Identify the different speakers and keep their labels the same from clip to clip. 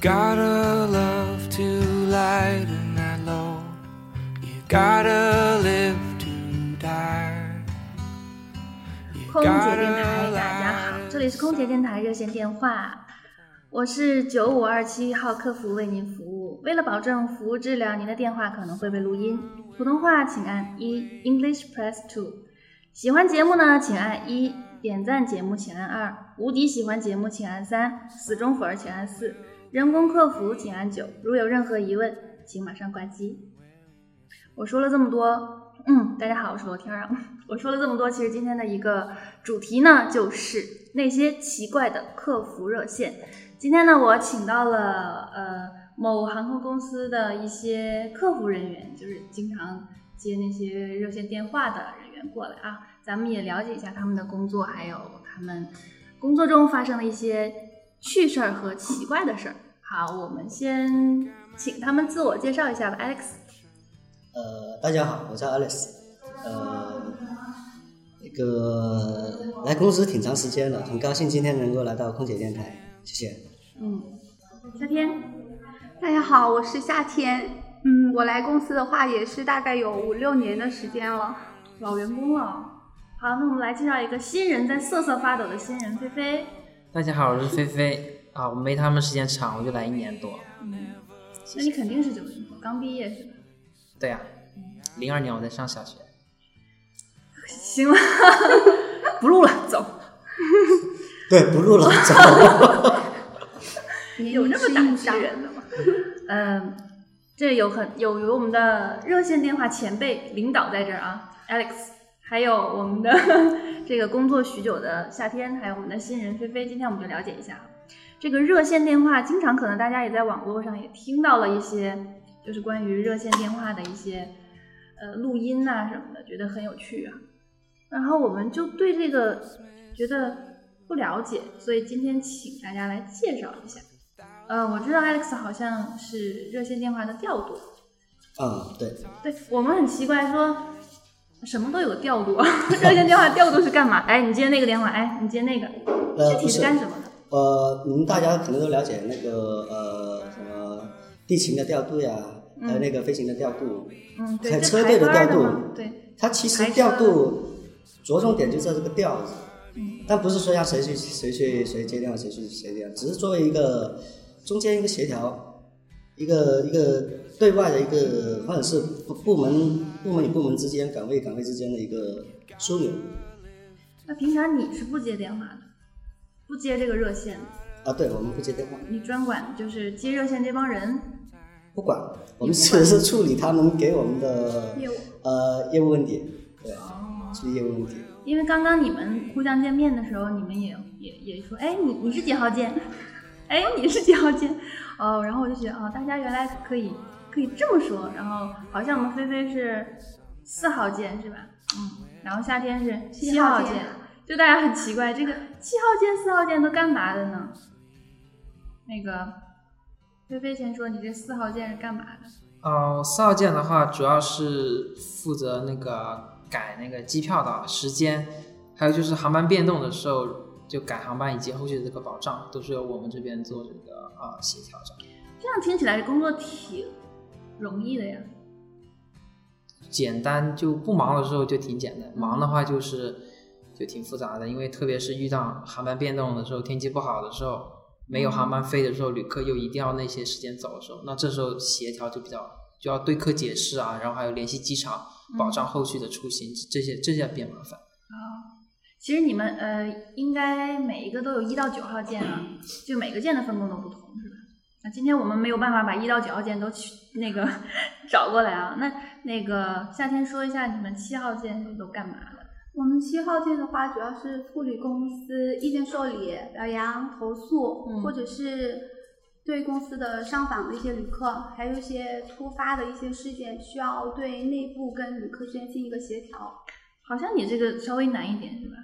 Speaker 1: got a love to lighten that load. You gotta live to die. You
Speaker 2: 空姐电
Speaker 1: gotta
Speaker 2: 台，大家好
Speaker 1: light，
Speaker 2: 这里是空姐电台热线电话，我是九五二七号客服为您服务。为了保证服务质量，您的电话可能会被录音。普通话请按一，English press two。喜欢节目呢，请按一；点赞节目请按二；无敌喜欢节目请按三；死忠粉儿请按四；人工客服请按九。如有任何疑问，请马上挂机。我说了这么多，嗯，大家好，我是罗天儿啊。我说了这么多，其实今天的一个主题呢，就是那些奇怪的客服热线。今天呢，我请到了呃某航空公司的一些客服人员，就是经常接那些热线电话的人员过来啊，咱们也了解一下他们的工作，还有他们工作中发生的一些趣事儿和奇怪的事儿。好，我们先请他们自我介绍一下吧，Alex。
Speaker 3: 呃，大家好，我叫 Alice。呃，那个来公司挺长时间了，很高兴今天能够来到空姐电台，谢谢。
Speaker 2: 嗯，夏天，
Speaker 4: 大家好，我是夏天。嗯，我来公司的话也是大概有五六年的时间了。
Speaker 2: 老员工了。好，那我们来介绍一个新人在瑟瑟发抖的新人菲菲。
Speaker 5: 大家好，我是菲菲啊，我没他们时间长，我就来一年多。
Speaker 2: 那你肯定是九零后，刚毕业是吧？
Speaker 5: 对呀、0零二年我在上小学。
Speaker 2: 行了， 不录了，走。
Speaker 3: 对，不录了，走。
Speaker 2: 有这么
Speaker 4: 年龄
Speaker 2: 胆
Speaker 4: 是硬伤
Speaker 2: 气人的吗？ 嗯，这有很有有我们的热线电话前辈领导在这儿啊，Alex，还有我们的 这个工作许久的夏天，还有我们的新人菲菲。今天我们就了解一下啊这个热线电话，经常可能大家也在网络上也听到了一些，就是关于热线电话的一些呃录音呐、什么的，觉得很有趣啊。然后我们就对这个觉得不了解，所以今天请大家来介绍一下。呃，我知道 Alex 好像是热线电话的调度，
Speaker 3: 啊、对，
Speaker 2: 对我们很奇怪说，什么都有个调度， 热线电话调度是干嘛？哎，你接那个电话，哎，你接那个，
Speaker 3: 呃
Speaker 2: 具体是干什么的？
Speaker 3: 呃，你们大家可能都了解那个呃什么地勤的调度呀，还有那个飞行的调度，
Speaker 2: 嗯，对，
Speaker 3: 在
Speaker 2: 这
Speaker 3: 车
Speaker 2: 排
Speaker 3: 队的
Speaker 2: 班儿
Speaker 3: 调
Speaker 2: 嘛
Speaker 3: 度
Speaker 2: 对，
Speaker 3: 它其实
Speaker 2: 还是
Speaker 3: 调度着重点就在这个调子
Speaker 2: 嗯，
Speaker 3: 但不是说要谁去谁去谁接电话，谁去谁接电话，只是作为一个中间一个协调，一个一个对外的一个或者是部部门部门与部门之间、岗位与岗位之间的一个枢纽
Speaker 2: 那平常你是不接电话的，不接这个热线的，
Speaker 3: 啊。对，我们不接电话，
Speaker 2: 你专管就是接热线这帮人。
Speaker 3: 不管，我们只是处理他们给我们的
Speaker 2: 业务
Speaker 3: 呃业务问题，对，处理业务问题。
Speaker 2: 因为刚刚你们互相见面的时候，你们也也也说，哎，你你是几号键？ 哎，你是几号键？哦，然后我就觉得，哦，大家原来可以可以这么说。然后好像我们菲菲是四号键是吧？嗯，然后夏天是七号
Speaker 4: 七号
Speaker 2: 键
Speaker 4: 键，
Speaker 2: 就大家很奇怪，这个七号键、四号键都干嘛的呢？那个菲菲先说，你这四号键是干嘛的？
Speaker 5: 哦、四号键的话主要是负责那个改那个机票的时间，还有就是航班变动的时候就改航班以及后续的这个保障，都是由我们这边做这个啊协调的，
Speaker 2: 这样听起来工作挺容易的呀。
Speaker 5: 简单就不忙的时候就挺简单，忙的话就是就挺复杂的，因为特别是遇到航班变动的时候，天气不好的时候。没有航班飞的时候，旅客又一定要那些时间走的时候，那这时候协调就比较就要对客解释啊，然后还有联系机场，保障后续的出行，这些这些比较麻烦。
Speaker 2: 哦，其实你们呃，应该每一个都有一到九号键啊，就每个键的分工都不同，是吧？那今天我们没有办法把一到九号键都去那个找过来啊。那那个夏天说一下你们七号键都干嘛的？
Speaker 4: 我们七号键的话，主要是妇女公司意见受理、表扬、投诉，
Speaker 2: 嗯
Speaker 4: 或者是对公司的上访的一些旅客，还有一些突发的一些事件，需要对内部跟旅客之间进行一个协调。
Speaker 2: 好像你这个稍微难一点是吧？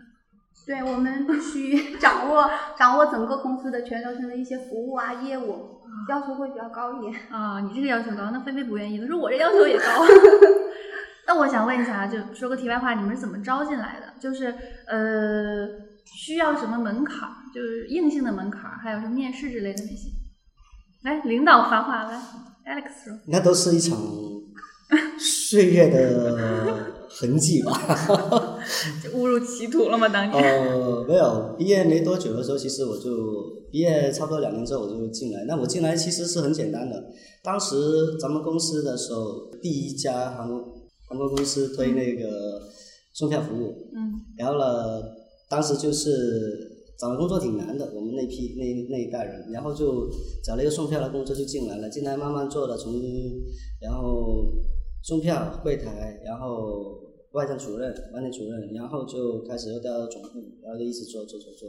Speaker 4: 对我们必须 掌握掌握整个公司的全流程的一些服务啊、业务，要求会比较高一点。
Speaker 2: 啊、你这个要求高，那菲菲不愿意，她说我这要求也高。那我想问一下，就说个题外话，你们是怎么招进来的？就是呃，需要什么门槛儿？就是硬性的门槛儿，还有什么面试之类的那些？来，领导发话来，Alex 说，
Speaker 3: 那都是一场 岁月的痕迹吧。
Speaker 2: 就误入歧途了吗？当年、
Speaker 3: 呃，没有，毕业没多久的时候，其实我就毕业差不多两年之后我就进来。那我进来其实是很简单的，当时咱们公司的时候，第一家航空航空公司推那个送票服务，
Speaker 2: 嗯
Speaker 3: 然后呢，当时就是找了工作挺难的，我们那批那那一代人，然后就找了一个送票的工作就进来了，进来慢慢做了，从嗯然后送票柜台，然后外站主任、外站主任，然后就开始又调到总部，然后就一直做做做做。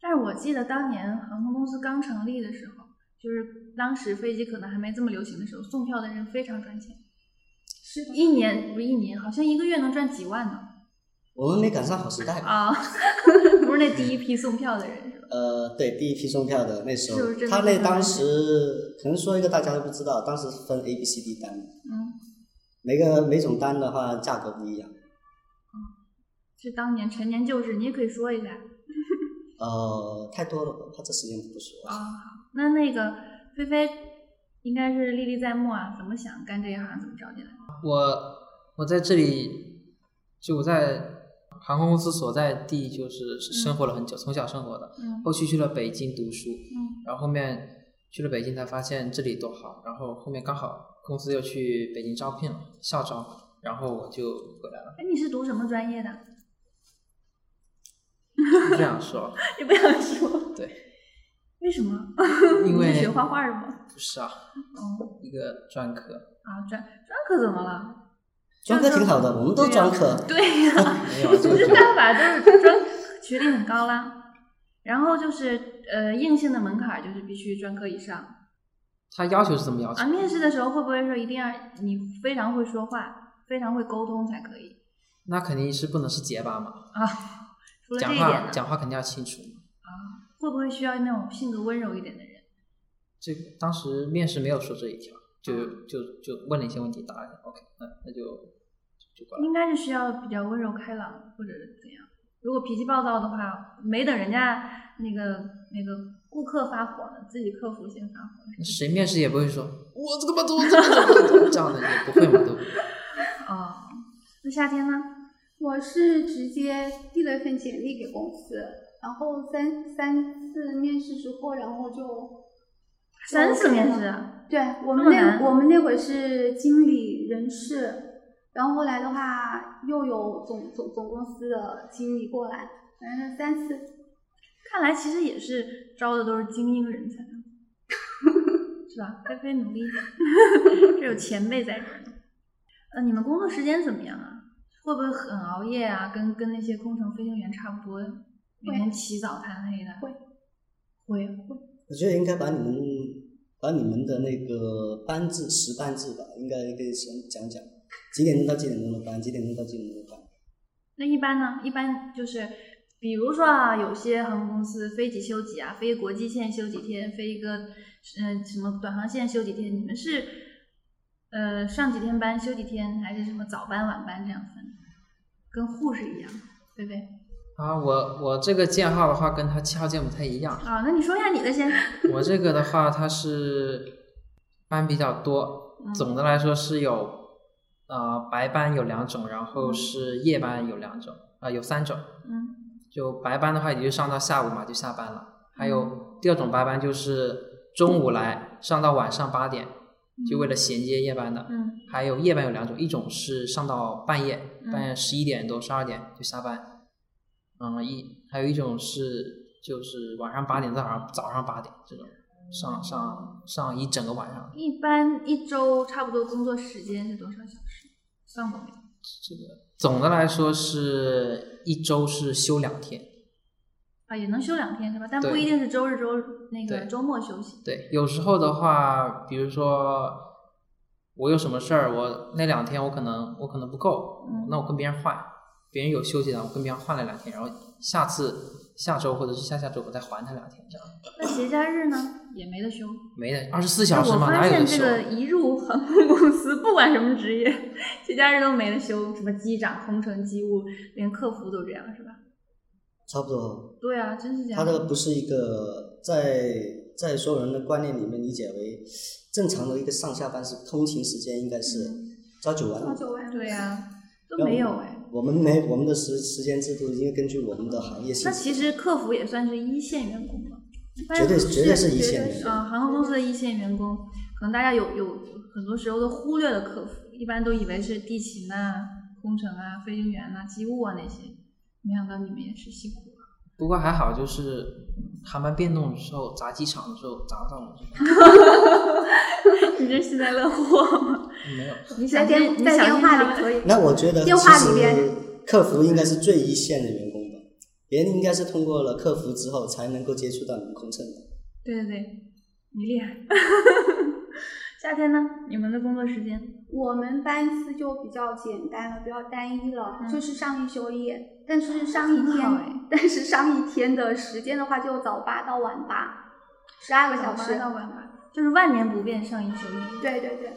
Speaker 2: 但是我记得当年航空公司刚成立的时候，就是当时飞机可能还没这么流行的时候，送票的人非常赚钱，
Speaker 4: 是的，
Speaker 2: 一年不是一年，好像一个月能赚几万呢。
Speaker 3: 我们没赶上好时代吧？
Speaker 2: 啊， 不是那第一批送票的人是吧？
Speaker 3: 呃，对，第一批送票的那时候
Speaker 2: 是不是真，的
Speaker 3: 他
Speaker 2: 非
Speaker 3: 那
Speaker 2: 常
Speaker 3: 当
Speaker 2: 难
Speaker 3: 时可能说一个大家都不知道，当时分 A、B、C、D 单，
Speaker 2: 嗯，
Speaker 3: 每个每种单的话价格不一样。
Speaker 2: 是当年陈年旧事，你也可以说一下。
Speaker 3: 呃，太多了，他这时间不说。
Speaker 2: 啊、好，那那个菲菲应该是历历在目啊，怎么想干这一行，怎么找进来的？
Speaker 5: 我在这里，就我在航空公司所在地，就是生活了很久，从小生活的。
Speaker 2: 嗯
Speaker 5: 后期去了北京读书，
Speaker 2: 嗯
Speaker 5: 然后后面去了北京才发现这里多好，然后后面刚好公司又去北京招聘了，校招，然后我就回来了。
Speaker 2: 哎，你是读什么专业的？
Speaker 5: 这样说，啊
Speaker 2: 也不想说，
Speaker 5: 对，
Speaker 2: 为什么？
Speaker 5: 因为
Speaker 2: 你是学画画的吗？
Speaker 5: 不是啊，
Speaker 2: 哦，
Speaker 5: 一个专科，
Speaker 2: 啊，专专科怎么了？
Speaker 3: 专科挺好的，我们都专科。
Speaker 2: 对呀、
Speaker 5: 没有啊，就
Speaker 2: 不是
Speaker 5: 是
Speaker 2: 大法都是专 学历很高啦。然后就是呃，硬性的门槛就是必须专科以上
Speaker 5: 他要求是这么要求
Speaker 2: 啊。，面试的时候会不会说一定要你非常会说话、非常会沟通才可以
Speaker 5: 那肯定是不能是结巴嘛，
Speaker 2: 啊？除了这
Speaker 5: 讲
Speaker 2: 一点
Speaker 5: 话
Speaker 2: 呢，
Speaker 5: 讲话肯定要清楚嘛。
Speaker 2: 会不会需要那种性格温柔一点的人？
Speaker 5: 这个当时面试没有说这一条，
Speaker 2: 啊
Speaker 5: 就就就问了一些问题，答了 OK，那那就就过来了。
Speaker 2: 应该是需要比较温柔开朗或者怎样。如果脾气暴躁的话，没等人家那个那个顾客发火呢，自己客服先发火。
Speaker 5: 谁面试也不会说，我这个嘛，怎么怎么怎么怎么这样的，也不会嘛，都。
Speaker 2: 哦，那夏天呢？
Speaker 4: 我是直接递了一份简历给公司，然后三三次面试之后，然后就
Speaker 2: 三次面
Speaker 4: 就
Speaker 2: 试啊，
Speaker 4: 对我们
Speaker 2: 这么
Speaker 4: 那
Speaker 2: 难
Speaker 4: 我们那会是经理人事，然后后来的话又有总总总公司的经理过来，反正三次。
Speaker 2: 看来其实也是招的都是精英人才，啊 是吧？菲菲努力一点，这有前辈在这儿呢。呃，你们工作时间怎么样啊？会不会很熬夜啊？跟跟那些空乘飞行员差不多，每天起早贪黑的。
Speaker 4: 会
Speaker 2: 会啊会。
Speaker 3: 我觉得应
Speaker 2: 啊
Speaker 3: 该把你们把你们的那个班制时班制吧，应该给先讲讲，几点钟到几点钟的班，几点钟到几点钟的班。
Speaker 2: 那一般呢？一般就是，比如说啊，有些航空公司飞几休几啊，飞国际线休几天，飞一个嗯、什么短航线休几天。你们是呃上几天班休几天，还是什么早班晚班这样分？跟护士一样，菲菲
Speaker 5: 啊，我我这个键号的话跟他七号键不太一样，
Speaker 2: 啊，那你说一下你的先。
Speaker 5: 我这个的话它是班比较多，
Speaker 2: 嗯
Speaker 5: 总的来说是有呃白班有两种，然后是夜班有两种，啊、有三种。
Speaker 2: 嗯
Speaker 5: 就白班的话也就上到下午嘛，就下班了。还有第二种白班就是中午来上到晚上八点，就为了衔接夜班的。
Speaker 2: 嗯
Speaker 5: 还有夜班有两种，一种是上到半夜，
Speaker 2: 嗯
Speaker 5: 半夜十一点多、十二点就下班。嗯，一还有一种是就是晚上八点到早上早上八点这种，上上上一整个晚上。
Speaker 2: 一般一周差不多工作时间是多少小时？算过没？
Speaker 5: 这个总的来说是一周是休两天，
Speaker 2: 啊，也能休两天是吧？但不
Speaker 5: 对
Speaker 2: 一定是周日周那个
Speaker 5: 对
Speaker 2: 周末休息。
Speaker 5: 对，有时候的话，比如说我有什么事儿，我那两天我可能我可能不够，
Speaker 2: 嗯
Speaker 5: 那我跟别人换，别人有休息的，我跟别人换了两天，然后下次下周或者是下下周我再还他两天，这样
Speaker 2: 那节假日呢？也没得休。
Speaker 5: 没的，二十四
Speaker 2: 但
Speaker 5: 小时
Speaker 2: 我
Speaker 5: 嘛，
Speaker 2: 发
Speaker 5: 哪有
Speaker 2: 现
Speaker 5: 的啊
Speaker 2: 这
Speaker 5: 休？
Speaker 2: 个一入航空公司，不管什么职业，节假日都没得休，什么机长、空乘、机务，连客服都这样，是吧？
Speaker 3: 差不多，
Speaker 2: 对啊，真是这样。
Speaker 3: 他这个不是一个在在所有人的观念里面理解为，正常的一个上下班是通勤时间应该是
Speaker 2: 嗯
Speaker 3: 朝九晚
Speaker 4: 朝
Speaker 3: 五。
Speaker 4: 九晚五。
Speaker 2: 对啊呀、都没有哎。
Speaker 3: 我们没我们的时时间制度，因为根据我们的行业性
Speaker 2: 那，其实客服也算是一线员工了，
Speaker 3: 绝对
Speaker 2: 是
Speaker 3: 绝对是
Speaker 4: 绝
Speaker 3: 一
Speaker 4: 对
Speaker 3: 线
Speaker 4: 是
Speaker 3: 的。
Speaker 2: 啊，航空公司的一线员工，可能大家有有很多时候都忽略了客服，一般都以为是地勤啊、空乘啊、飞行员啊、机务啊那些，没想到你们也是辛苦了。
Speaker 5: 不过还好，就是航班变动之后砸机场的时候砸到了，
Speaker 2: 啊 你这幸灾乐祸吗？
Speaker 5: 没有。
Speaker 2: 你
Speaker 4: 在
Speaker 2: 想
Speaker 4: 电
Speaker 2: 进你
Speaker 4: 在
Speaker 2: 想
Speaker 4: 电
Speaker 2: 进
Speaker 4: 话
Speaker 2: 他
Speaker 4: 里
Speaker 2: 们
Speaker 4: 可以。
Speaker 3: 那我觉得，
Speaker 4: 电话里面
Speaker 3: 客服应该是最一线的员工吧，别人应该是通过了客服之后才能够接触到你们空乘的。
Speaker 2: 对对对，你厉害。 夏天呢？你们的工作时间？
Speaker 4: 我们班次就比较简单了，比较单一了，
Speaker 2: 嗯
Speaker 4: 就是上一休一。但是上
Speaker 2: 很
Speaker 4: 一
Speaker 2: 好
Speaker 4: 天
Speaker 2: 哎，
Speaker 4: 但是上一天的时间的话，就早八到晚八，十二个小时。
Speaker 2: 到晚八，就是万年不变，上一休一。
Speaker 4: 对对对，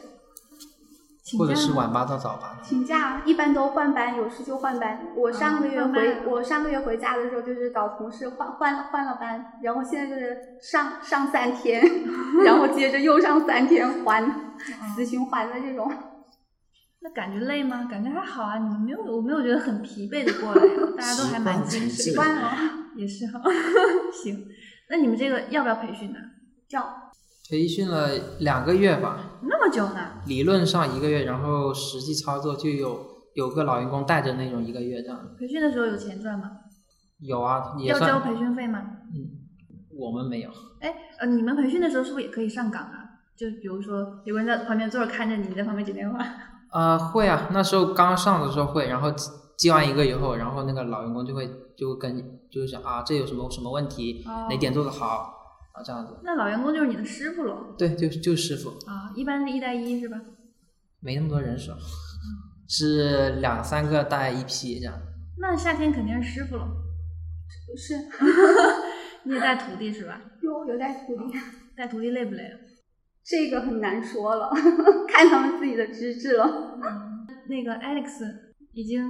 Speaker 2: 请
Speaker 5: 或者
Speaker 2: 假
Speaker 5: 是
Speaker 2: 吗
Speaker 5: 晚八到早八。
Speaker 4: 请假一般都换班，有事就换班。我上个月
Speaker 2: 哦换班
Speaker 4: 回、我上个月回家的时候，就是找同事换换了换了班，然后现在就是上上三天， 然后接着又上三天
Speaker 2: 哦
Speaker 4: 还死循环的这种。
Speaker 2: 嗯那感觉累吗？感觉还好啊，你们没有，我没有觉得很疲惫的过来，啊大家都还蛮精神
Speaker 3: 习
Speaker 2: 的，
Speaker 3: 惯
Speaker 4: 了
Speaker 2: 也是哈。 行，那你们这个要不要培训呢、
Speaker 4: 叫
Speaker 5: 培训了两个月吧，
Speaker 2: 那么久呢？
Speaker 5: 理论上一个月，然后实际操作就有有个老员工带着那种一个月这样的。
Speaker 2: 培训的时候有钱赚吗？
Speaker 5: 有啊，也
Speaker 2: 要交
Speaker 5: 算。
Speaker 2: 培训费吗？
Speaker 5: 嗯，我们没有。
Speaker 2: 哎，呃，你们培训的时候是不是也可以上岗啊？就比如说有个人在旁边坐着看着你，在旁边接电话。
Speaker 5: 啊，会啊，那时候刚上的时候会，然后记记完一个以后，然后那个老员工就会就会跟就是想啊，这有什么什么问题，
Speaker 2: 哦
Speaker 5: 哪点做得好啊这样子。
Speaker 2: 那老员工就是你的师傅喽？
Speaker 5: 对，就就师傅，
Speaker 2: 啊，一般是一带一是吧？
Speaker 5: 没那么多人手，是两三个带一批这样。
Speaker 2: 那夏天肯定是师傅喽，
Speaker 4: 是
Speaker 2: 你也带徒弟是吧？
Speaker 4: 有有带徒弟，
Speaker 2: 带徒弟累不累啊？
Speaker 4: 这个很难说了， 看他们自己的资质 了。
Speaker 2: 那个 Alex 已经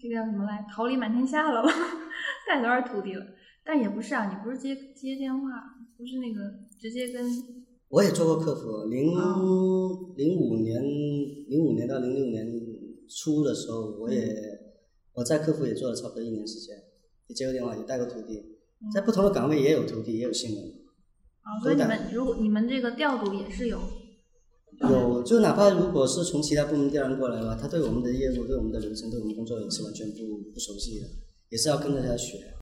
Speaker 2: 这个叫什么来，桃李满天下了吧， 带多少徒弟了？但也不是啊，你不是接接电话，不是那个直接跟
Speaker 3: 我也做过客服，零
Speaker 4: 啊
Speaker 3: 零五年、零五年到零六年初的时候，我也
Speaker 4: 嗯
Speaker 3: 我在客服也做了差不多一年时间，也接过电话，也带过徒弟，
Speaker 4: 嗯
Speaker 3: 在不同的岗位也有徒弟，也有新人。
Speaker 2: 啊，所以你们如果你们这个调度也是有
Speaker 4: 嗯
Speaker 3: 有，就哪怕如果是从其他部门调人过来了，他对我们的业务、对我们的流程、对我们工作也是完全不不熟悉的，也是要跟着他学。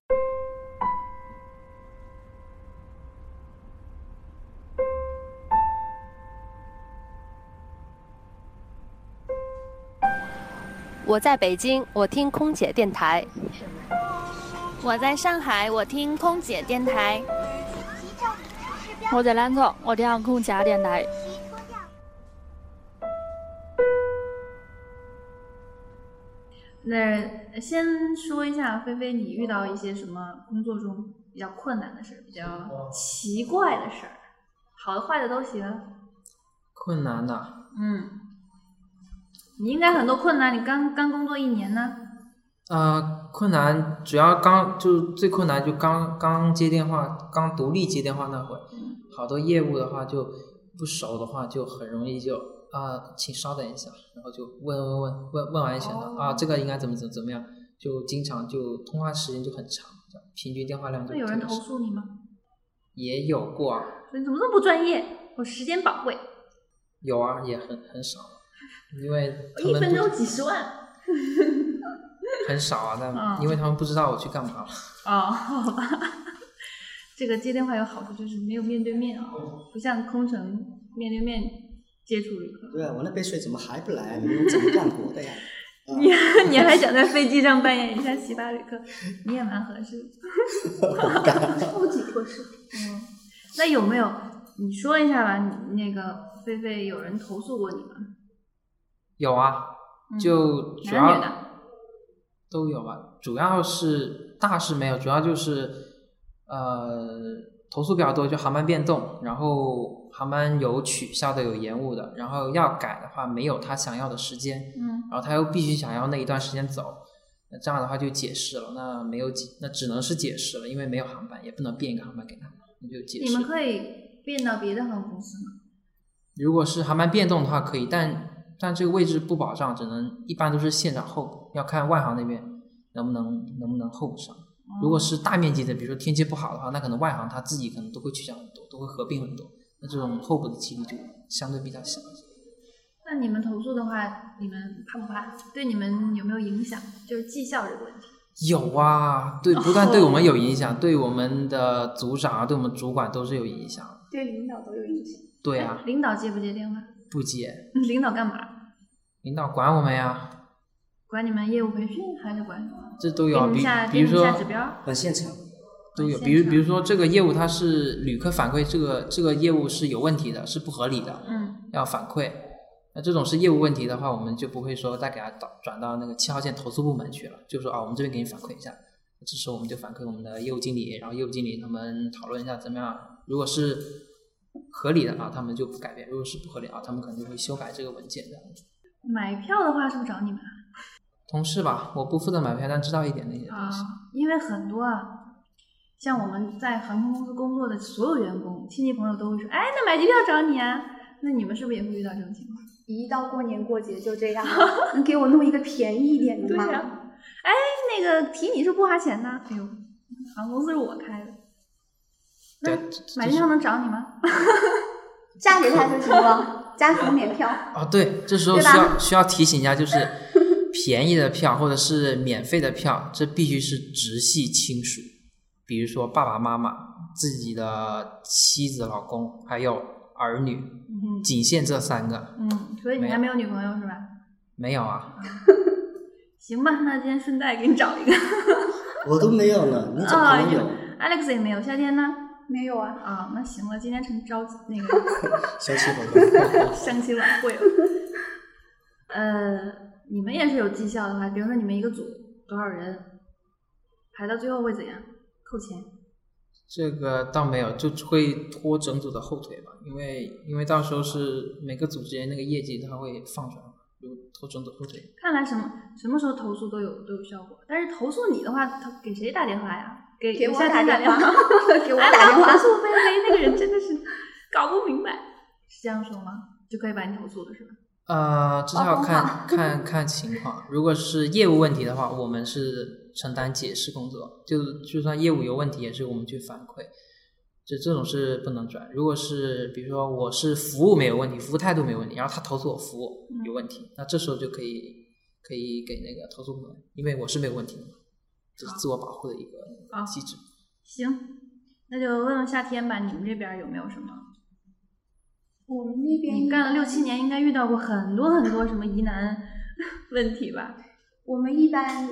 Speaker 6: 我在北京，我听空姐电台。
Speaker 7: 我在上海，我听空姐电台。
Speaker 8: 我在南充，我听空姐电台。
Speaker 2: 那先说一下菲菲，你遇到一些什么工作中比较困难的事儿，比较奇怪的事儿，好的坏的都行。
Speaker 5: 困难的、
Speaker 2: 嗯，你应该很多困难，你刚刚工作一年呢。
Speaker 5: 呃，困难主要刚就最困难就刚刚接电话，刚独立接电话那会儿，
Speaker 2: 嗯
Speaker 5: 好多业务的话就不熟的话就很容易就啊、请稍等一下，然后就问问问问问完一下的、
Speaker 2: 哦
Speaker 5: 啊，这个应该怎么怎么怎么样，就经常就通话时间就很长，这样平均电话量就
Speaker 2: 那有人
Speaker 5: 特
Speaker 2: 投
Speaker 5: 别少
Speaker 2: 诉你吗？
Speaker 5: 也有过啊，
Speaker 2: 你怎么这么不专业？我时间宝贵，
Speaker 5: 有啊，也很很少，因为他
Speaker 2: 一
Speaker 5: 们
Speaker 2: 分
Speaker 5: 不
Speaker 2: 钟几十万。
Speaker 5: 很少啊，
Speaker 2: 嗯
Speaker 5: 但因为他们不知道我去干嘛了。
Speaker 2: 哦，好吧。 这个接电话有好处，就是没有面对面啊，不像空乘面对面接触旅 客。
Speaker 3: 对啊，我那杯水怎么还不来？你们怎么干活的呀？啊
Speaker 2: 你你还想在飞机上扮演一下奇葩旅客，你也蛮合适的。
Speaker 4: 超级合适。
Speaker 2: 嗯，那有没有你说一下吧？你那个菲菲有人投诉过你吗？
Speaker 5: 有啊，
Speaker 2: 嗯
Speaker 5: 就主
Speaker 2: 男
Speaker 5: 要
Speaker 2: 女的
Speaker 5: 都有吧，主要是大事没有，主要就是呃投诉比较多，就航班变动，然后航班有取消的，有延误的，然后要改的话没有他想要的时间，
Speaker 2: 嗯，
Speaker 5: 然后他又必须想要那一段时间走，那这样的话就解释了，那没有解，那只能是解释了，因为没有航班，也不能变一个航班给他，那就解
Speaker 2: 你
Speaker 5: 释
Speaker 2: 们。可以变到别的航空公司吗？
Speaker 5: 如果是航班变动的话，可以，但但这个位置不保障，只能一般都是现场候，要看外航那边能不能能不能候上。
Speaker 2: 嗯
Speaker 5: 如果是大面积的，比如说天气不好的话，那可能外行他自己可能都会取消很多，都会合并很多，那这种候补的几率就相对比较小一些。
Speaker 2: 那你们投诉的话，你们怕不怕？对你们有没有影响？就是绩效这个问题。
Speaker 5: 有啊，对，不但对我们有影响，对我们的组长啊，对我们主管都是有影响。
Speaker 4: 对领导都有影响。
Speaker 5: 对啊，
Speaker 2: 领导接不接电话？
Speaker 5: 不接，
Speaker 2: 领导干嘛？
Speaker 5: 领导管我们呀，
Speaker 2: 管你们业务培训还是管什么？
Speaker 5: 这都
Speaker 2: 给
Speaker 5: 有啊。
Speaker 2: 你们
Speaker 5: 比
Speaker 2: 下，
Speaker 5: 比
Speaker 2: 给你
Speaker 5: 如
Speaker 2: 们
Speaker 5: 说
Speaker 2: 下指标。
Speaker 3: 很现场，
Speaker 5: 都有，
Speaker 2: 现
Speaker 5: 比如
Speaker 2: 场
Speaker 5: 比如说这个业务它是旅客反馈，这个这个业务是有问题的，是不合理的。
Speaker 2: 嗯，
Speaker 5: 要反馈。那这种是业务问题的话，我们就不会说再给他导转到那个七号线投诉部门去了，就说啊，我们这边给你反馈一下。这时候我们就反馈我们的业务经理，然后业务经理他们讨论一下怎么样，如果是合理的啊，他们就不改变；如果是不合理啊，他们可能就会修改这个文件这样子。
Speaker 2: 买票的话是不是找你们啊？
Speaker 5: 同事吧，我不负责买票，但知道一点那些东
Speaker 2: 啊
Speaker 5: 西。，
Speaker 2: 因为很多啊，像我们在航空公司工作的所有员工、亲戚朋友都会说，哎，那买机票找你啊。那你们是不是也会遇到这种情况？
Speaker 4: 一到过年过节就这 样了，能给我弄一个便宜一点的
Speaker 2: 对
Speaker 4: 吗？
Speaker 2: 呀、哎，那个提你是不花钱的。哎呦，航空公司是我开的，那
Speaker 5: 对，这
Speaker 2: 买
Speaker 5: 这
Speaker 2: 机
Speaker 5: 是
Speaker 2: 票能找你吗？
Speaker 4: 嫁给他就行了，家属免票。
Speaker 5: 哦，对，这时候
Speaker 4: 对
Speaker 5: 需
Speaker 4: 吧
Speaker 5: 要需要提醒一下，就是便宜的票或者是免费的票，这必须是直系亲属，比如说爸爸妈妈、自己的妻子、老公，还有儿女，
Speaker 2: 嗯
Speaker 5: 仅限这三个。
Speaker 2: 嗯，所以你还没有女朋友是吧？
Speaker 5: 没有啊，
Speaker 2: 行吧，那今天顺带给你找一个。
Speaker 3: 我都没有呢，你怎么可能有？
Speaker 2: Alex 也没有，夏天呢？
Speaker 4: 没有啊，
Speaker 2: 啊、那行了，今天成着急那个
Speaker 3: 小气活动，
Speaker 2: 相亲晚会了。呃，你们也是有绩效的话，比如说你们一个组多少人，排到最后会怎样？扣钱。
Speaker 5: 这个倒没有，就会拖整组的后腿吧，因为因为到时候是每个组之间那个业绩它会放出来，就拖整组后腿。
Speaker 2: 看来什么什么时候投诉都有都有效果，但是投诉你的话，他给谁打电话呀？ 给
Speaker 4: 给我
Speaker 2: 夏
Speaker 4: 打
Speaker 2: 天打
Speaker 4: 电话 给我
Speaker 2: 哎
Speaker 4: 打电
Speaker 2: 我
Speaker 4: 话
Speaker 2: 投。诉菲菲那个人真的是搞不明白，是这样说吗？就可以把你投诉了是吧？
Speaker 5: 呃，这是
Speaker 4: 包
Speaker 5: 要
Speaker 4: 工
Speaker 5: 看 看看情况。如果是业务问题的话，我们是承担解释工作，就就算业务有问题，也是我们去反馈。这这种是不能转。如果是比如说我是服务没有问题，服务态度没有问题，然后他投诉我服务有
Speaker 4: 嗯
Speaker 5: 问题，那这时候就可以可以给那个投诉部门，因为我是没有问题的嘛，这是自我保护的一个
Speaker 4: 啊
Speaker 2: 好
Speaker 5: 机制。
Speaker 2: 行，那就问问夏天吧，你们这边儿有没有什么？
Speaker 4: 我们那边
Speaker 2: 你干了六七年，应该遇到过很多很多什么疑 难问题吧？
Speaker 4: 我们一般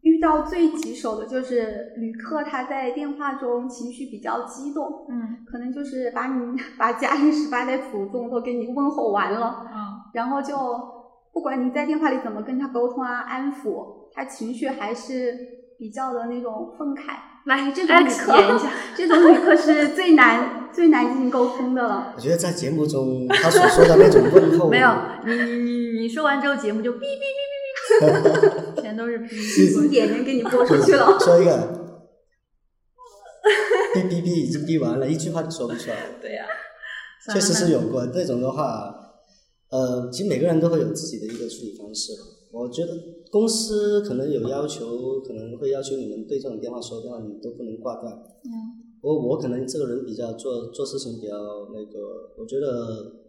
Speaker 4: 遇到最棘手的就是旅客他在电话中情绪比较激动，
Speaker 2: 嗯
Speaker 4: 可能就是把你把家里十八代祖宗都给你问候完了，
Speaker 3: 哦
Speaker 2: 啊，
Speaker 4: 然后就不管你在电话里怎么跟他沟通啊、安抚，他情绪还是比较的那种愤慨。
Speaker 2: 来
Speaker 4: 这种
Speaker 3: 哎
Speaker 4: 旅
Speaker 2: Alex
Speaker 4: 客
Speaker 2: 演一下，
Speaker 4: 这种旅客是最难最难进行沟通的了。
Speaker 3: 我觉得在节目中他所说的那种问 候，
Speaker 2: 没有你你你你说完之后，节目就哔哔哔哔哔，全都是哔哔过去。
Speaker 4: 一点能给你播出去了。
Speaker 3: 说一个。哔哔哔已经哔完了，一句话都说不出来。
Speaker 2: 对呀、
Speaker 3: 确实
Speaker 2: 算
Speaker 3: 是
Speaker 2: 了
Speaker 3: 有过这种的话，呃，其实每个人都会有自己的一个处理方式。我觉得公司可能有要求，可能会要求你们对这种电话说电话你都不能挂断。
Speaker 2: 嗯，
Speaker 3: 我我可能这个人比较做做事情比较那个，我觉得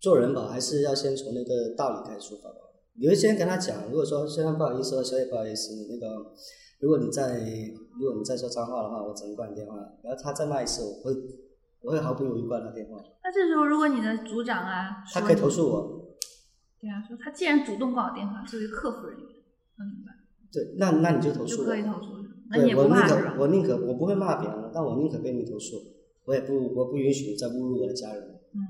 Speaker 3: 做人吧，还是要先从那个道理开始出发吧。你会先跟他讲，如果说先生不好意思，小姐不好意思，你那个，如果你再如果你再说脏话的话，我只能挂你电话。然后他再骂一次，我会我会毫不犹豫挂他电话。
Speaker 2: 那这时候如果你的组长啊，
Speaker 3: 他
Speaker 2: 说
Speaker 3: 可以
Speaker 2: 你
Speaker 3: 投诉我，
Speaker 2: 对啊，说他既然主动挂我电话，作为客服人员，那怎么办？
Speaker 3: 对，那那你就投诉
Speaker 2: 就
Speaker 3: 我
Speaker 2: 可以。投诉是吧？那你
Speaker 3: 对，
Speaker 2: 也
Speaker 3: 我
Speaker 2: 不
Speaker 3: 宁
Speaker 2: 怕是吧
Speaker 3: 可？我宁可我不会骂别人，但我宁可被你投诉，我也不我不允许你再侮辱我的家人。
Speaker 2: 嗯，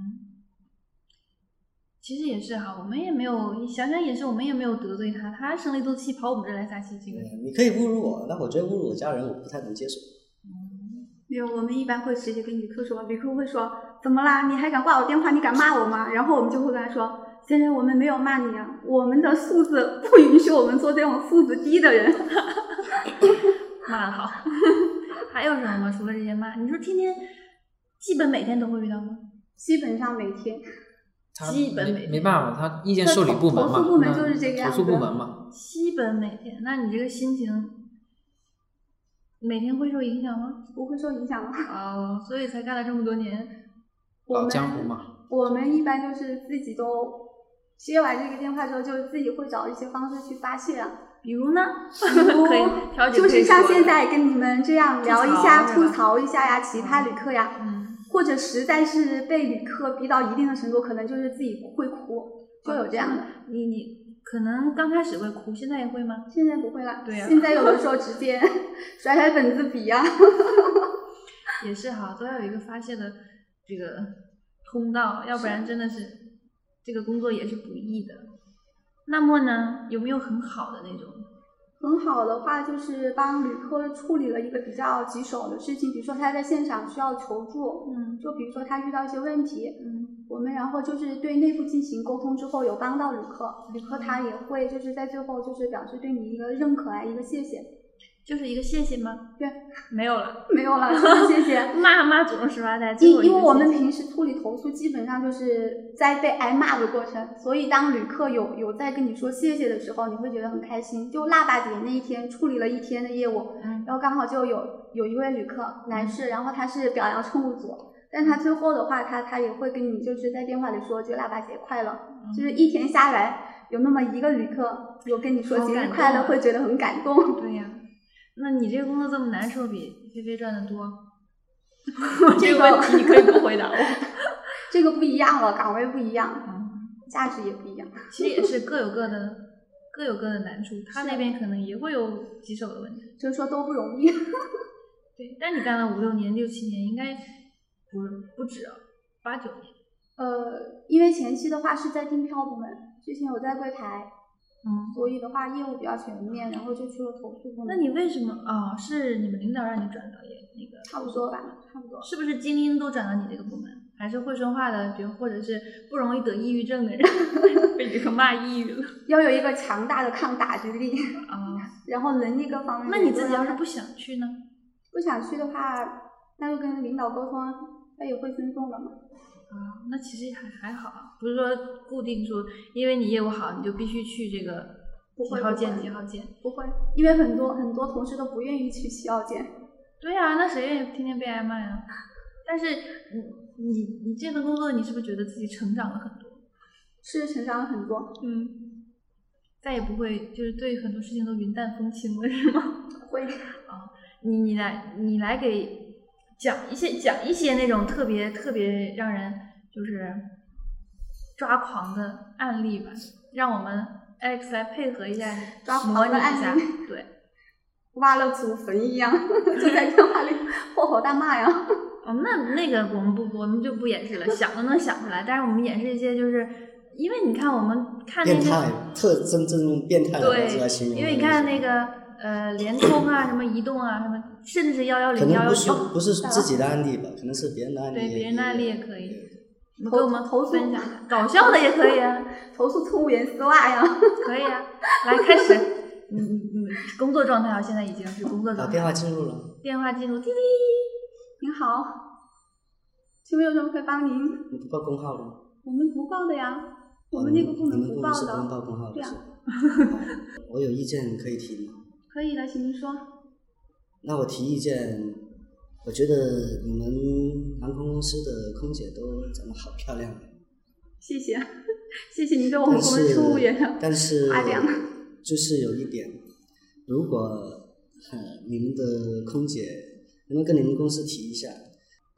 Speaker 2: 其实也是哈，我们也没有，你想想也是，我们也没有得罪他，他生了一肚子气跑我们这儿来撒气，这个
Speaker 3: 嗯你可以侮辱我，但我觉得侮辱我家人，我不太能接受。
Speaker 4: 没有，我们一般会直接跟旅客说，旅客会说怎么啦？你还敢挂我电话？你敢骂我吗？然后我们就会跟他说，先生，我们没有骂你啊，我们的素质不允许我们做这种素质低的人。
Speaker 2: 骂的好。还有什么吗？除了这些骂，你说天天基本每天都会遇到吗？
Speaker 4: 基本上每天。
Speaker 5: 他
Speaker 2: 基本每
Speaker 5: 没
Speaker 2: 天
Speaker 5: 没办法，他意见受理部门
Speaker 4: 投
Speaker 5: 嘛，
Speaker 4: 投诉部门
Speaker 5: 那
Speaker 4: 就是这个样
Speaker 5: 投诉
Speaker 4: 子啊
Speaker 5: 部门嘛，
Speaker 2: 基本每天，那你这个心情每天会受影响 吗？
Speaker 4: 不会受影响吗？
Speaker 2: 哦，所以才干了这么多年。
Speaker 4: 我
Speaker 5: 老
Speaker 4: 们
Speaker 5: 江湖嘛，
Speaker 4: 我们一般就是自己都接完这个电话之后，就是自己会找一些方式去发泄啊，
Speaker 2: 比如呢？
Speaker 4: 可
Speaker 2: 哦可以 调节，
Speaker 4: 就是像现
Speaker 2: 在，
Speaker 4: 在跟你们这样聊一下、
Speaker 2: 吐槽
Speaker 4: 吐槽一下呀，奇葩旅客呀，
Speaker 2: 嗯，
Speaker 4: 或者实在是被旅客逼到一定的程度，可能就是自己会哭，就有这样的。
Speaker 2: 你你可能刚开始会哭，现在也会吗？
Speaker 4: 现在不会了，
Speaker 2: 对呀
Speaker 4: 现在有的时候直接 甩甩本子笔呀、
Speaker 2: 也是哈，都要有一个发泄的这个通道，要不然真的是这个工作也是不易的。那么呢，有没有很好的那种？
Speaker 4: 很好的话就是帮旅客处理了一个比较棘手的事情，比如说他在现场需要求助，
Speaker 2: 嗯
Speaker 4: 就比如说他遇到一些问题，
Speaker 2: 嗯，
Speaker 4: 我们然后就是对内部进行沟通之后，有帮到旅客，旅客他也会就是在最后就是表示对你一个认可啊，一个谢谢。
Speaker 2: 就是一个谢谢吗？
Speaker 4: 对，
Speaker 2: 没有了。
Speaker 4: 没有了，就是谢 谢。
Speaker 2: 骂骂祖宗十八代，最后
Speaker 4: 因
Speaker 2: 一
Speaker 4: 因
Speaker 2: 个
Speaker 4: 为我们
Speaker 2: 谢谢
Speaker 4: 平时处理投诉，基本上就是在被挨骂的过程，所以当旅客有有在跟你说谢谢的时候，你会觉得很开心。就腊八节那一天处理了一天的业务，
Speaker 2: 嗯
Speaker 4: 然后刚好就有有一位旅客男士，然后他是表扬乘务组，但他最后的话，他他也会跟你就是在电话里说就腊八节快乐，
Speaker 2: 嗯
Speaker 4: 就是一天下来有那么一个旅客有跟你说
Speaker 2: 好
Speaker 4: 节日
Speaker 2: 感
Speaker 4: 快
Speaker 2: 动
Speaker 4: 乐，
Speaker 2: 啊
Speaker 4: 会觉得很 感动。
Speaker 2: 对呀、那你这个工作这么难，是不是比菲菲赚的多？
Speaker 4: 这
Speaker 2: 这
Speaker 4: 个
Speaker 2: 个问题你可以不回答我。
Speaker 4: 这个不一样了，岗位不一样，
Speaker 2: 嗯，
Speaker 4: 价值也不一样。
Speaker 2: 其实也是各有各的，各有各的难处。他
Speaker 4: 是啊
Speaker 2: 那边可能也会有棘手的问题。
Speaker 4: 就是说都不容易。
Speaker 2: 对，但你干了五六年、六七年，应该不不止啊八九年。
Speaker 4: 呃，因为前期的话是在订票部门，之前有在柜台，
Speaker 2: 嗯，
Speaker 4: 所以的话业务比较全面，然后就去了投诉部门。
Speaker 2: 那你为什么啊、是你们领导让你转到也那个？
Speaker 4: 差不多吧，差不多。
Speaker 2: 是不是精英都转到你这个部门？还是会说话的，比如或者是不容易得抑郁症的人 被这个骂抑郁了
Speaker 4: 要有一个强大的抗打击力，
Speaker 2: 啊？
Speaker 4: 然后能力各方面。
Speaker 2: 那你自己要是不想去呢？
Speaker 4: 不想去的话，那就跟领导沟通啊，他也会尊重的嘛。
Speaker 2: 啊，那其实还还好，啊，不是说固定说，因为你业务好，你就必须去这个
Speaker 4: 不会
Speaker 2: 几号
Speaker 4: 不
Speaker 2: 键
Speaker 4: 会
Speaker 2: 几号键。
Speaker 4: 不会，因为很多很多同事都不愿意去洗药间。
Speaker 2: 对呀、那谁愿意天天被挨骂呀？但是你你你这份工作，你是不是觉得自己成长了很多？
Speaker 4: 是成长了很多，
Speaker 2: 嗯，再也不会就是对很多事情都云淡风轻了，是吗？
Speaker 4: 会
Speaker 2: 你你来你来给讲一些讲一些那种特别特别让人就是抓狂的案例吧，让我们 Alex 来配合一下，
Speaker 4: 抓狂
Speaker 2: 模拟
Speaker 4: 的
Speaker 2: 一
Speaker 4: 案
Speaker 2: 下
Speaker 4: 例，
Speaker 2: 对，
Speaker 4: 挖了祖坟一样， 就在电话里破口大骂呀。
Speaker 2: 哦，那那个我们不，我们就不演示了，想都能想出来。但是我们演示一些，就是因为你看我们看那
Speaker 3: 变
Speaker 2: 些，
Speaker 3: 态，特真正用变态的方式来形
Speaker 2: 对，
Speaker 3: 容。
Speaker 2: 因为你看那个呃联通啊，什么移动啊，什么甚至幺幺
Speaker 3: 可
Speaker 2: 零、幺
Speaker 3: 能
Speaker 2: 幺
Speaker 3: 不是
Speaker 2: 九，
Speaker 3: 不是自己的案例吧，可能是别人的案例。
Speaker 2: 对别人的案例也可以。你们
Speaker 4: 投
Speaker 2: 给我们
Speaker 4: 投诉
Speaker 2: 分享一下，搞笑的也可以啊，
Speaker 4: 投诉乘务员丝袜呀。
Speaker 2: 可以啊，来开始。嗯嗯嗯，工作状态啊，现在已经是工作
Speaker 3: 打
Speaker 2: 状态
Speaker 3: 电。话进入了，
Speaker 2: 电话进入，滴滴。
Speaker 4: 您好，请问有什么可以帮您？
Speaker 3: 你不报工号了？
Speaker 4: 我们不报的呀，我们那个部
Speaker 3: 你
Speaker 4: 门
Speaker 3: 们部
Speaker 4: 报
Speaker 3: 门是不能
Speaker 2: 哦
Speaker 4: 的。
Speaker 3: 报工号的。
Speaker 4: 对啊
Speaker 3: 是吧我有意见可以提吗？
Speaker 4: 可以的，请您说。
Speaker 3: 那我提意见，我觉得你们航空公司的空姐都长得好漂亮，
Speaker 4: 谢谢，谢谢您 对我们
Speaker 3: 但
Speaker 4: 部门
Speaker 3: 是
Speaker 4: 乘务员啊的。
Speaker 3: 但是
Speaker 4: 夸奖
Speaker 3: 就是有一点，如果呃你们的空姐能不能跟你们公司提一下，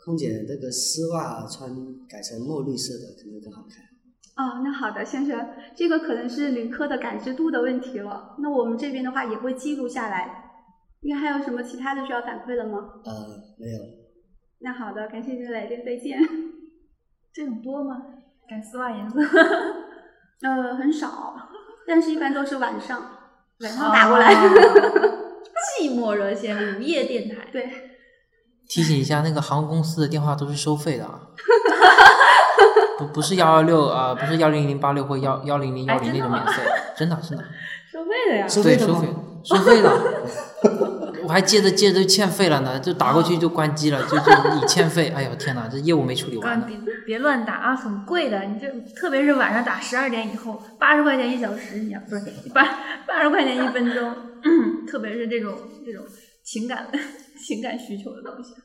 Speaker 3: 空姐那个丝袜穿改成墨绿色的可能会更好看。
Speaker 4: 哦，那好的，先生，这个可能是旅客的感知度的问题了。那我们这边的话也会记录下来。您还有什么其他的需要反馈的吗？
Speaker 3: 呃，没有，
Speaker 4: 那好的，感谢您的来电，再见。
Speaker 2: 这种多吗？改丝袜颜色，
Speaker 4: 呃，很少，但是一般都是晚上，晚
Speaker 2: 然
Speaker 4: 上
Speaker 2: 后
Speaker 4: 打过来。
Speaker 2: 寂寞热线午夜电台。
Speaker 4: 对，
Speaker 5: 提醒一下，那个航空公司的电话都是收费的 啊，不不是幺幺六啊，不是幺零零八六或幺幺零零幺
Speaker 2: 哎真
Speaker 5: 零
Speaker 2: 的
Speaker 5: 那种
Speaker 2: 吗
Speaker 5: 免费，真的真的，
Speaker 2: 收费的呀
Speaker 3: 收费
Speaker 5: 对
Speaker 3: 的
Speaker 5: 收
Speaker 3: 吗
Speaker 5: 费收费的，我还接着接着就欠费了呢，就打过去就关机了，就就你欠费，哎呦天哪，这业务没处理
Speaker 2: 我告诉
Speaker 5: 完
Speaker 2: 你，。别别乱打啊，很贵的。你这特别是晚上打十二点以后，八十块钱一小时，你要不是八八十块钱一分钟， 特别是这种这种情感 情感需求的东西。啊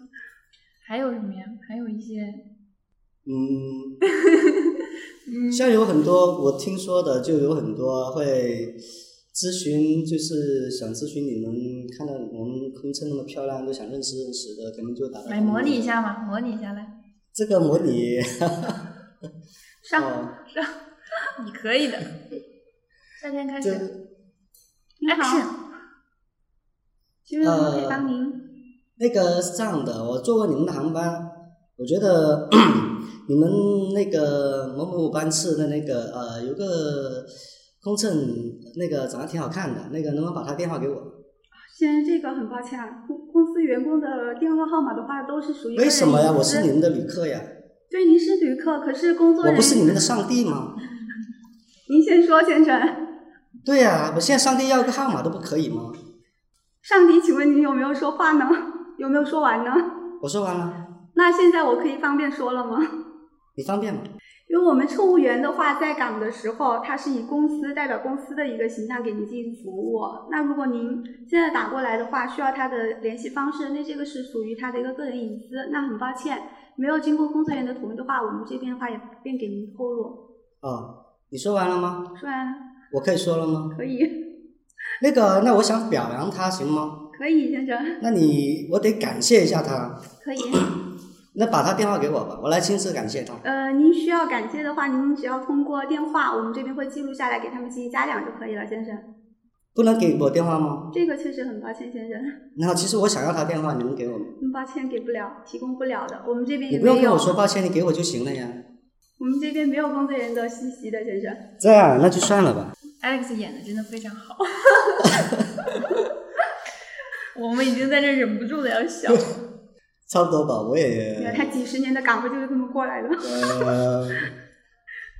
Speaker 2: 还有什么呀？还有一些，
Speaker 3: 嗯，
Speaker 2: 嗯，
Speaker 3: 像有很多我听说的，就有很多会咨询，就是想咨询你们看到我们空乘那么漂亮，都想认识认识的，可能就打
Speaker 2: 来模拟一。下嘛，模拟一下来，
Speaker 3: 这个模拟，
Speaker 2: 上、
Speaker 3: 哦
Speaker 2: 上，你可以的。夏天开
Speaker 3: 就
Speaker 2: 始
Speaker 4: 你好，
Speaker 2: ，action！
Speaker 4: 请问我
Speaker 3: 呃
Speaker 4: 可以帮您？
Speaker 3: 那个是这样的，我坐过你们的航班，我觉得 你们那个某某班次的那个呃，有个空乘那个长得挺好看的，那个能不能把他电话给我？
Speaker 4: 先生，这个很抱歉啊，公公司员工的电话号码的话都是属于个人
Speaker 3: 为什么呀？
Speaker 4: 隐
Speaker 3: 我
Speaker 4: 私
Speaker 3: 是你们的旅客呀，
Speaker 4: 对，您是旅客，可是工作
Speaker 3: 我
Speaker 4: 人
Speaker 3: 不是你
Speaker 4: 员。
Speaker 3: 们的上帝吗？
Speaker 4: 您先说，先生。
Speaker 3: 对呀、我现在上帝要个号码都不可以吗？
Speaker 4: 上帝，请问您有没有说话呢？有没有说完呢？
Speaker 3: 我说完了，
Speaker 4: 那现在我可以方便说了吗？
Speaker 3: 你方便吗？
Speaker 4: 因为我们乘务员的话，在岗的时候，他是以公司代表公司的一个形象给您进行服务。那如果您现在打过来的话，需要他的联系方式，那这个是属于他的一个个人隐私。那很抱歉，没有经过工作人员的同意的话，我们这边的话也不便给您透露。
Speaker 3: 啊、你说完了吗？
Speaker 4: 说完
Speaker 3: 我可以说了吗？
Speaker 4: 可以，
Speaker 3: 那个，那我想表扬他行吗？
Speaker 4: 可以，先生，
Speaker 3: 那你我得感谢一下他，
Speaker 4: 可以。
Speaker 3: 那把他电话给我吧，我来亲自感谢他。
Speaker 4: 呃，您需要感谢的话，您只要通过电话，我们这边会记录下来，给他们进行嘉奖就可以了，先生。
Speaker 3: 不能给我电话吗？
Speaker 4: 这个确实很抱歉，先生，
Speaker 3: 然后其实我想要他电话，你能给我吗？
Speaker 4: 很抱歉给不了，提供不了的，我们这边
Speaker 3: 你
Speaker 4: 也
Speaker 3: 不
Speaker 4: 没有。
Speaker 3: 用跟我说抱歉，你给我就行了呀。
Speaker 4: 我们这边没有工作人员的信息的，先生。
Speaker 3: 这样那就算了吧。
Speaker 2: Alex 演的真的非常 好，我们已经在这忍不住的要笑。
Speaker 3: 差不多吧，我
Speaker 4: 你看
Speaker 3: 也
Speaker 4: 他几十年的岗位就是这么过来的。
Speaker 3: 呃，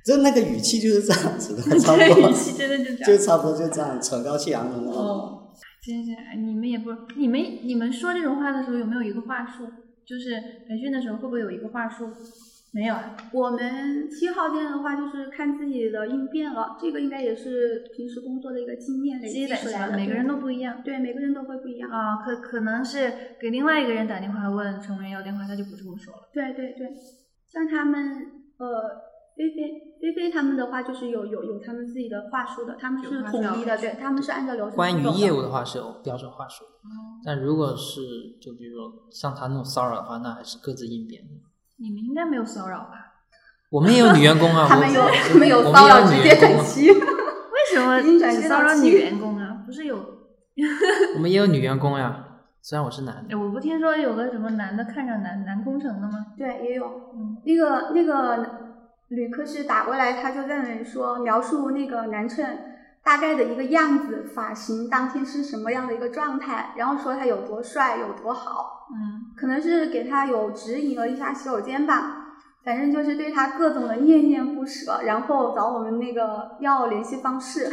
Speaker 3: 就那个语气就是这样子的，差不
Speaker 2: 这
Speaker 3: 多
Speaker 2: 语气真的就这
Speaker 3: 就
Speaker 2: 样。
Speaker 3: 差不多就这样，趾高气扬的那种。
Speaker 2: 哦，真是哎你们也不，你们你们说这种话的时候有没有一个话术？就是培训的时候会不会有一个话术？没有啊，
Speaker 4: 我们七号店的话，就是看自己的应变了，这个应该也是平时工作的一个经验累
Speaker 2: 积
Speaker 4: 积
Speaker 2: 累
Speaker 4: 出
Speaker 2: 是
Speaker 4: 来
Speaker 2: 吧？
Speaker 4: 的。
Speaker 2: 每个
Speaker 4: 对
Speaker 2: 人都不一样
Speaker 4: 对，每个人都会不一样。
Speaker 2: 啊，可可能是给另外一个人打电话问乘务员要电话，他就不这么说了。
Speaker 4: 对对对，像他们呃，菲菲菲菲他们的话，就是有有有他们自己的话术的，他们
Speaker 2: 有
Speaker 4: 是
Speaker 2: 话
Speaker 4: 统
Speaker 2: 术
Speaker 4: 一的，对，他们是按照流程
Speaker 5: 关于
Speaker 4: 走的
Speaker 5: 业务的话是有标准话术，
Speaker 4: 哦
Speaker 5: 但如果是就比如说像他那种骚扰的话，那还是各自应变。
Speaker 2: 你们应该没有骚扰吧？
Speaker 5: 我们也有女员工啊，
Speaker 4: 他们有
Speaker 5: 我
Speaker 4: 他们有
Speaker 5: 我
Speaker 4: 骚
Speaker 5: 们也
Speaker 4: 扰
Speaker 5: 有
Speaker 4: 直
Speaker 5: 女
Speaker 4: 接
Speaker 5: 员工
Speaker 4: 转
Speaker 5: 啊，
Speaker 4: 机，
Speaker 2: 为什么
Speaker 4: 已经转移
Speaker 2: 只
Speaker 4: 到
Speaker 2: 骚扰
Speaker 4: 七
Speaker 2: 女员工 啊？不是有？
Speaker 5: 我们也有女员工呀。虽然我是男
Speaker 2: 哎
Speaker 5: 的，
Speaker 2: 我不听说有个什么男的看上男男工程的吗？
Speaker 4: 对，也有。
Speaker 2: 嗯，
Speaker 4: 那个那个旅客是打过来，他就在那里说描述那个男乘大概的一个样子、发型，当天是什么样的一个状态，然后说他有多帅、有多好，
Speaker 2: 嗯，
Speaker 4: 可能是给他有指引了一下洗手间吧，反正就是对他各种的念念不舍，然后找我们那个要联系方式，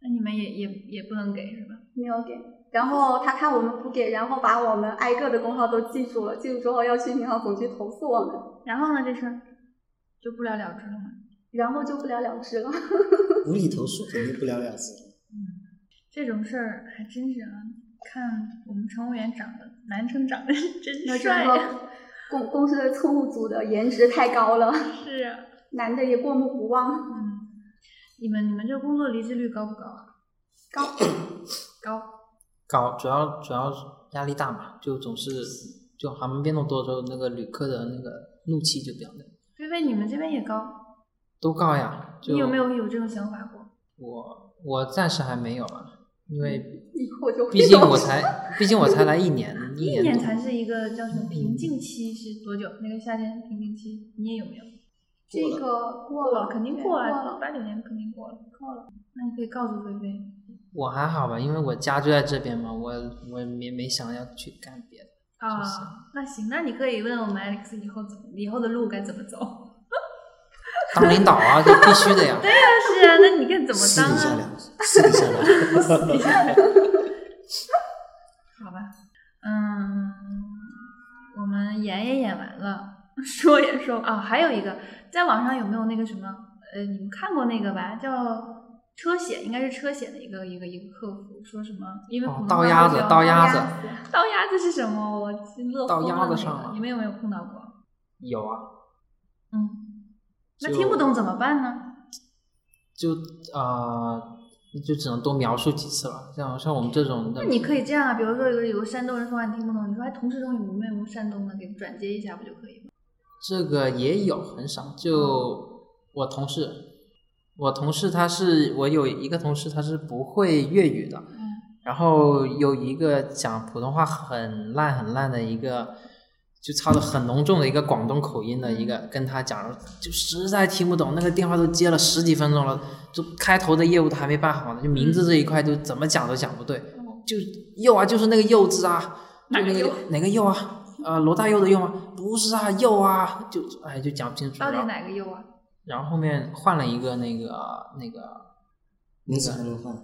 Speaker 2: 那你们也也也不能给是吧？
Speaker 4: 没有给。然后他看我们不给，然后把我们挨个的工号都记住了，记住之后要去民航总局投诉我们，
Speaker 2: 然后呢，这事儿就不了了之了吗？
Speaker 4: 然后就不了了之了。
Speaker 3: 无理投诉肯定不了了之。
Speaker 2: 这种事儿还真是啊，看我们乘务员长得，男生长得是真
Speaker 4: 那
Speaker 2: 帅啊
Speaker 4: 真
Speaker 2: 呀、
Speaker 4: 的，公公司的乘务组的颜值太高了，
Speaker 2: 是啊，
Speaker 4: 男的也过目不忘。
Speaker 2: 嗯，你们你们这个工作离职率高不高啊？
Speaker 4: 高，
Speaker 2: 高，
Speaker 5: 搞主要主要压力大嘛，就总是就航班变动多的时候，那个旅客的那个怒气就比较大，
Speaker 2: 菲菲，你们这边也高，
Speaker 5: 都高呀。就
Speaker 2: 你有没有有这种想法过？
Speaker 5: 我我暂时还没有啊，因为
Speaker 4: 以后就会
Speaker 5: 毕
Speaker 4: 有。
Speaker 5: 竟我才毕竟我才来一年，
Speaker 2: 嗯
Speaker 5: 一
Speaker 2: 一
Speaker 5: 年
Speaker 2: 年
Speaker 5: 多
Speaker 2: 才是一个叫什么
Speaker 4: 嗯
Speaker 2: 瓶颈期是多久？那个夏天瓶颈期你也有没有？
Speaker 4: 这个过
Speaker 2: 过
Speaker 4: 了，
Speaker 2: 了，肯定
Speaker 4: 对
Speaker 2: 过
Speaker 4: 过
Speaker 2: 了，
Speaker 4: 了。
Speaker 2: 八九年肯定过了，过了。那你可以告诉菲菲，
Speaker 5: 我还好吧，因为我家就在这边嘛，我我没没想要去干别的。
Speaker 2: 啊
Speaker 5: 就是，
Speaker 2: 那行，那你可以问我们 Alex 以后怎么以后的路该怎么走。
Speaker 5: 当领导啊，这必须 的呀。
Speaker 2: 是 啊，那你看怎么
Speaker 3: 私
Speaker 2: 当
Speaker 3: 底下
Speaker 2: 啊？
Speaker 3: 聊，私底下聊。
Speaker 2: 好吧，嗯，我们演也演完了， 说也说啊、还有一个，在网上有没有那个什么？呃，你们看过那个吧？叫车写，应该是车写的一个一个一个客服，说什么？因为
Speaker 5: 哦
Speaker 2: 普通
Speaker 5: 倒
Speaker 2: 话
Speaker 5: 鸭
Speaker 2: 不
Speaker 5: 子
Speaker 2: 叫
Speaker 5: 倒鸭子
Speaker 2: 倒鸭子是什么？我乐
Speaker 5: 倒
Speaker 2: 疯
Speaker 5: 鸭
Speaker 2: 了
Speaker 5: 子
Speaker 2: 那
Speaker 5: 上
Speaker 2: 个
Speaker 5: 了
Speaker 2: 你们有没有碰到过？
Speaker 5: 有啊，
Speaker 2: 嗯，那
Speaker 5: 就
Speaker 2: 听不懂怎么办呢？
Speaker 5: 就啊、呃就只能多描述几次了。像像我们这种的，
Speaker 2: 那你可以这样啊，比如说有个有个山东人说话你听不懂，你说哎，同事中有没有山东的，给转接一下不就可以吗？
Speaker 5: 这个也有很少。就我同事，我同事他是我有一个同事他是不会粤语的，
Speaker 2: 嗯
Speaker 5: 然后有一个讲普通话很烂很烂的一个，就操的很浓重的一个广东口音的一个，跟他讲就实在听不懂，那个电话都接了十几分钟了，就开头的业务都还没办好呢，就名字这一块就怎么讲都讲不对，
Speaker 2: 嗯
Speaker 5: 就又啊就是那个柚字啊，就那个哪个柚啊？啊，罗大佑的佑吗？不是啊，佑啊，就哎就讲不清楚。
Speaker 2: 到底
Speaker 5: 然后
Speaker 2: 哪个 优啊？
Speaker 5: 然后后面换了一个那个那个
Speaker 3: 名字还能换，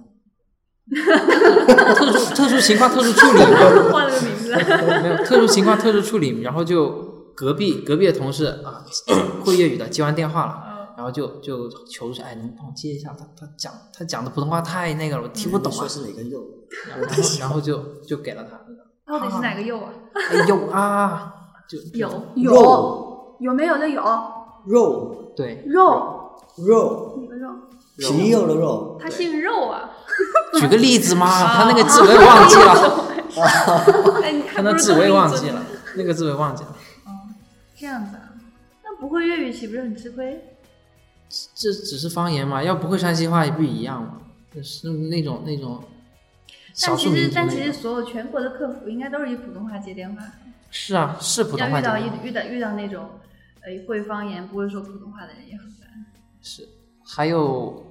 Speaker 5: 特殊特殊情况特殊处理，
Speaker 2: 换了个名字。
Speaker 5: 没有特殊情况特殊处理，然后就隔壁隔壁的同事 啊，会粤语的接完电话了，
Speaker 2: 嗯
Speaker 5: 然后就就求说，哎，能帮我接一下？他他讲他讲的普通话太那个
Speaker 2: 嗯
Speaker 5: 了，我听不懂啊
Speaker 3: 说。是哪个肉？
Speaker 5: 然后然后就就给了他，
Speaker 2: 到底是哪个优啊？
Speaker 5: 哎有啊，就
Speaker 2: 有
Speaker 3: 肉
Speaker 4: 有有没有的有
Speaker 3: 肉
Speaker 5: 对，
Speaker 4: 肉
Speaker 3: 肉
Speaker 4: 哪个肉？
Speaker 3: 皮肉的肉，
Speaker 2: 他姓肉啊。
Speaker 5: 举个 例子嘛，他那个字我也忘记了，
Speaker 2: 哎，你还
Speaker 5: 他
Speaker 2: 不
Speaker 5: 那
Speaker 2: 是
Speaker 5: 字
Speaker 2: 都
Speaker 5: 我也
Speaker 2: 是
Speaker 5: 忘
Speaker 2: 尊
Speaker 5: 记
Speaker 2: 的
Speaker 5: 了，那个字我也忘记了。
Speaker 2: 这样子啊？那不会粤语岂不是很吃亏？
Speaker 5: 这只是方言嘛，要不会山西话也不一样嘛，就是那种那种少
Speaker 2: 但
Speaker 5: 数
Speaker 2: 其
Speaker 5: 民
Speaker 2: 实
Speaker 5: 族
Speaker 2: 但
Speaker 5: 那
Speaker 2: 其实
Speaker 5: 种
Speaker 2: 所有全国的客服应该都是以普通话接电话，
Speaker 5: 是啊，是普
Speaker 2: 要
Speaker 5: 通话
Speaker 2: 遇到
Speaker 5: 讲
Speaker 2: 一遇到遇到那种呃会方言不会说普通话的人也很难。
Speaker 5: 是，还有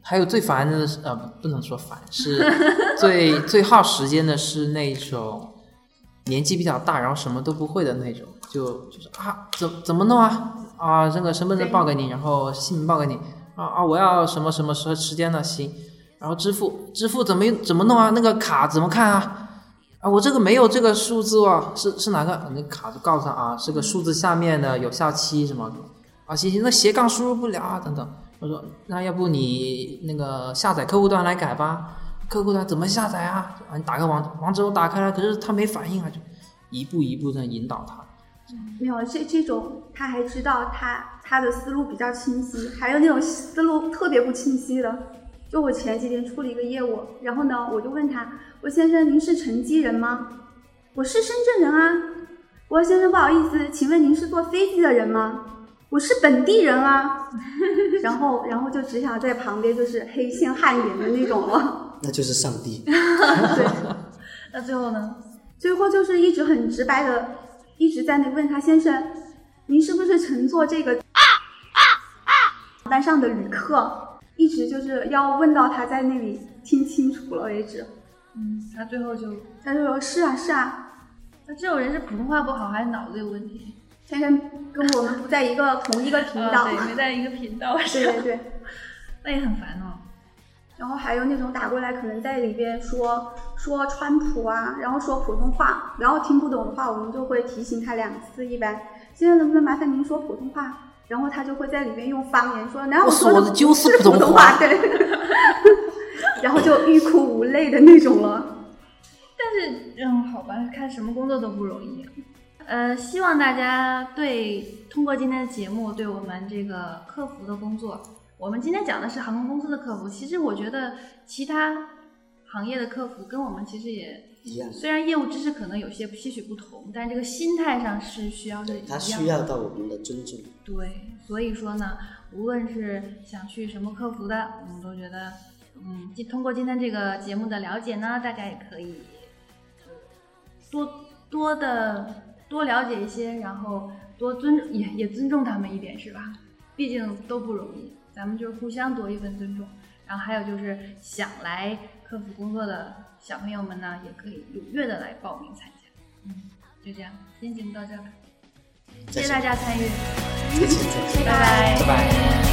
Speaker 5: 还有最烦的是呃不不能说烦，是最最耗时间的是那种年纪比较大，然后什么都不会的那种，就就是啊怎怎么弄啊啊这个身份证报给你，然后姓名报给你啊啊我要什么什么时时间呢行，然后支付支付怎么用怎么弄啊那个卡怎么看啊？啊，我这个没有这个数字哦，是是哪个？那卡就告诉他啊，是个数字下面的有效期什么的啊，行行，那斜杠输入不了啊，等等。我说那要不你那个下载客户端来改吧，客户端怎么下载啊？啊，你打开网网址我打开了，可是他没反应啊，就一步一步的引导他。
Speaker 4: 没有这这种，他还知道他他的思路比较清晰，还有那种思路特别不清晰的。就我前几天处理一个业务，然后呢，我就问他：“我先生，您是成都人吗？”“我是深圳人啊。”“我说先生，不好意思，请问您是坐飞机的人吗？”“我是本地人啊。” 然后，然后就只想在旁边就是黑线汗颜的那种了。
Speaker 3: 那就是上帝。
Speaker 4: 对，
Speaker 2: 那最后呢？
Speaker 4: 最后就是一直很直白的，一直在那问他先生，您是不是乘坐这个班上的旅客？一直就是要问到他在那里听清楚了为止。
Speaker 2: 嗯，他最后就
Speaker 4: 他就说是啊是啊，
Speaker 2: 那这种人是普通话不好还是脑子有问题？
Speaker 4: 先生跟我们不在一个同一个频
Speaker 2: 啊
Speaker 4: 道。
Speaker 2: 对，没在一个频道
Speaker 4: 对
Speaker 2: 上，
Speaker 4: 对对。
Speaker 2: 那也很烦哦。
Speaker 4: 然后还有那种打过来，可能在里边说说川普啊，然后说普通话，然后听不懂的话，我们就会提醒他两次。一般现在能不能麻烦您说普通话？然后他就会在里面用方言说，然后
Speaker 5: 我
Speaker 4: 说
Speaker 5: 说的就是
Speaker 4: 普
Speaker 5: 普通
Speaker 4: 通
Speaker 5: 话
Speaker 4: 话，对， 然后就欲哭无泪的那种了。
Speaker 2: 但是，嗯，好吧，看什么工作都不容易。呃，希望大家对通过今天的节目，对我们这个客服的工作，我们今天讲的是航空公司的客服。其实我觉得其他行业的客服跟我们其实也
Speaker 3: 一样
Speaker 2: 虽然业务知识可能有些些许不同，但这个心态上是需要是一样的。
Speaker 3: 他需要到我们的尊重，
Speaker 2: 对，所以说呢，无论是想去什么客服的，我们都觉得，嗯，今通过今天这个节目的了解呢，大家也可以呃多多的多了解一些，然后多尊重也也尊重他们一点，是吧？毕竟都不容易，咱们就互相多一份尊重。然后还有就是想来客服工作的小朋友们呢，也可以踊跃的来报名参加。嗯，就这样，今天节目到这儿吧，谢谢大家参与。
Speaker 3: 再见再见。
Speaker 5: 拜拜。